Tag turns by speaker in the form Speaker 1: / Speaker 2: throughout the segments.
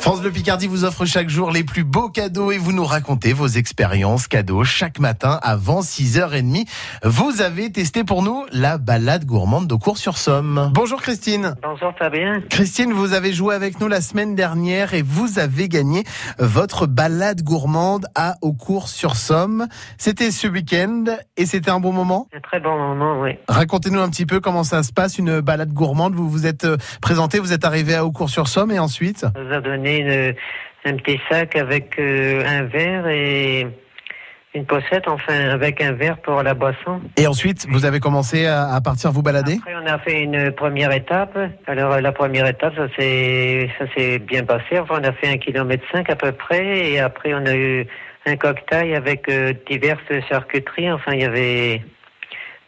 Speaker 1: France Bleu Picardie vous offre chaque jour les plus beaux cadeaux et vous nous racontez vos expériences cadeaux chaque matin avant 6h30. Vous avez testé pour nous la balade gourmande de Cours-sur-Somme. Bonjour Christine.
Speaker 2: Bonjour Fabien.
Speaker 1: Christine, vous avez joué avec nous la semaine dernière et vous avez gagné votre balade gourmande à Aucours-sur-Somme. C'était ce week-end et c'était un bon moment.
Speaker 2: Un très bon moment, oui.
Speaker 1: Racontez-nous un petit peu comment ça se passe, une balade gourmande. Vous vous êtes euh, présenté, vous êtes arrivé à Aucours-sur-Somme et ensuite
Speaker 2: On nous a donné une- un petit sac avec euh, un verre et une pochette, enfin, avec un verre pour la boisson.
Speaker 1: Et ensuite, vous avez commencé à, à partir vous balader
Speaker 2: Après, on a fait une première étape. Alors, euh, la première étape, ça s'est, ça s'est bien passé. Enfin, on a fait un kilomètre cinq à peu près. Et après, on a eu un cocktail avec euh, diverses charcuteries. Enfin, il y avait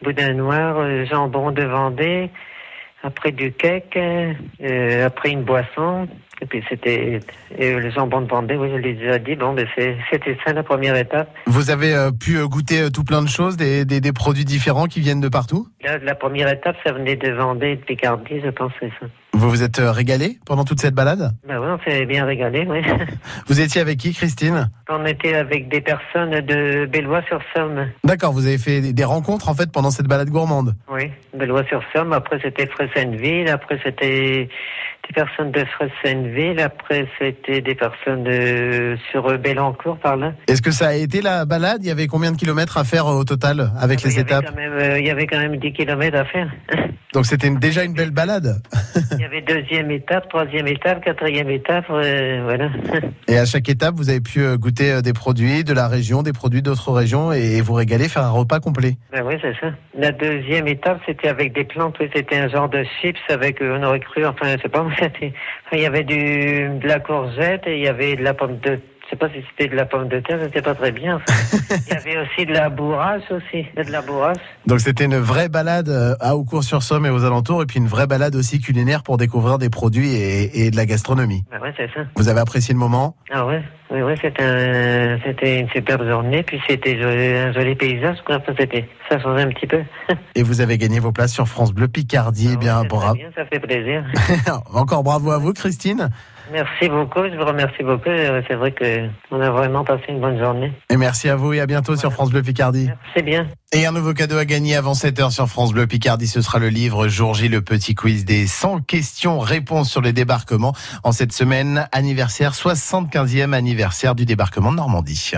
Speaker 2: boudin noir, euh, jambon de Vendée, après du cake, euh, après une boisson. Et puis, c'était et le jambon de Vendée, oui, je l'ai déjà dit. Bon, ben, c'est- c'était ça la première étape.
Speaker 1: Vous avez euh, pu euh, goûter euh, tout plein de choses, des, des- des produits différents qui viennent de partout
Speaker 2: Là, la première étape, ça venait de Vendée et de Picardie, je pense, c'est ça.
Speaker 1: Vous vous êtes euh, régalé pendant toute cette balade
Speaker 2: Ben oui, on s'est bien régalé, oui.
Speaker 1: Vous étiez avec qui, Christine
Speaker 2: On était avec des personnes de Bellois-sur-Somme.
Speaker 1: D'accord, vous avez fait des- des rencontres en fait pendant cette balade gourmande.
Speaker 2: Oui, Bellois-sur-Somme. Après, c'était Fresneville. Après, c'était des personnes de Fresneville. Après, c'était des personnes de- sur Belancourt, par là.
Speaker 1: Est-ce que ça a été la balade Il y avait combien de kilomètres à faire euh, au total avec
Speaker 2: Ah Il y
Speaker 1: les
Speaker 2: avait
Speaker 1: étapes
Speaker 2: quand même, euh, Il y avait quand même 10 kilomètres à faire.
Speaker 1: Donc c'était une- déjà une belle balade.
Speaker 2: Il y avait deuxième étape, troisième étape, quatrième étape. euh, voilà.
Speaker 1: Et à chaque étape, vous avez pu euh, goûter euh, des produits de la région, des produits d'autres régions et et vous régaler, faire un repas complet.
Speaker 2: Ben oui, c'est ça. La deuxième étape, c'était avec des plantes. Oui, c'était un genre de chips avec, euh, on aurait cru, enfin, je sais pas, c'était, enfin, il y avait du, de la courgette et il y avait de la pomme de, je sais pas si c'était de la pomme de terre, c'était pas très bien. enfin. il y avait aussi de la bourrache aussi, et de la bourrache.
Speaker 1: Donc c'était une vraie balade euh, à Aucours-sur-Somme et aux alentours, et puis une vraie balade aussi culinaire pour découvrir des produits et, et de la gastronomie.
Speaker 2: Ben ouais, c'est ça.
Speaker 1: Vous avez apprécié le moment
Speaker 2: Ah ouais, oui, oui, c'était un, c'était une superbe journée, puis c'était joli- un joli paysage, quoi. Enfin, c'était, ça changeait un petit peu.
Speaker 1: et vous avez gagné vos places sur France Bleu Picardie. Eh
Speaker 2: Ah
Speaker 1: bien,
Speaker 2: ouais, c'est
Speaker 1: bravo.
Speaker 2: très bien, ça fait plaisir.
Speaker 1: Encore bravo à vous, Christine.
Speaker 2: Merci beaucoup, je vous remercie beaucoup. Euh, C'est vrai que on a vraiment passé une bonne journée.
Speaker 1: Et merci à vous et à bientôt sur France Bleu Picardie.
Speaker 2: C'est bien.
Speaker 1: Et un nouveau cadeau à gagner avant 7h sur France Bleu Picardie, ce sera le livre Jour J, le petit quiz des 100 questions-réponses sur les débarquements en cette semaine anniversaire, 75e anniversaire du débarquement de Normandie.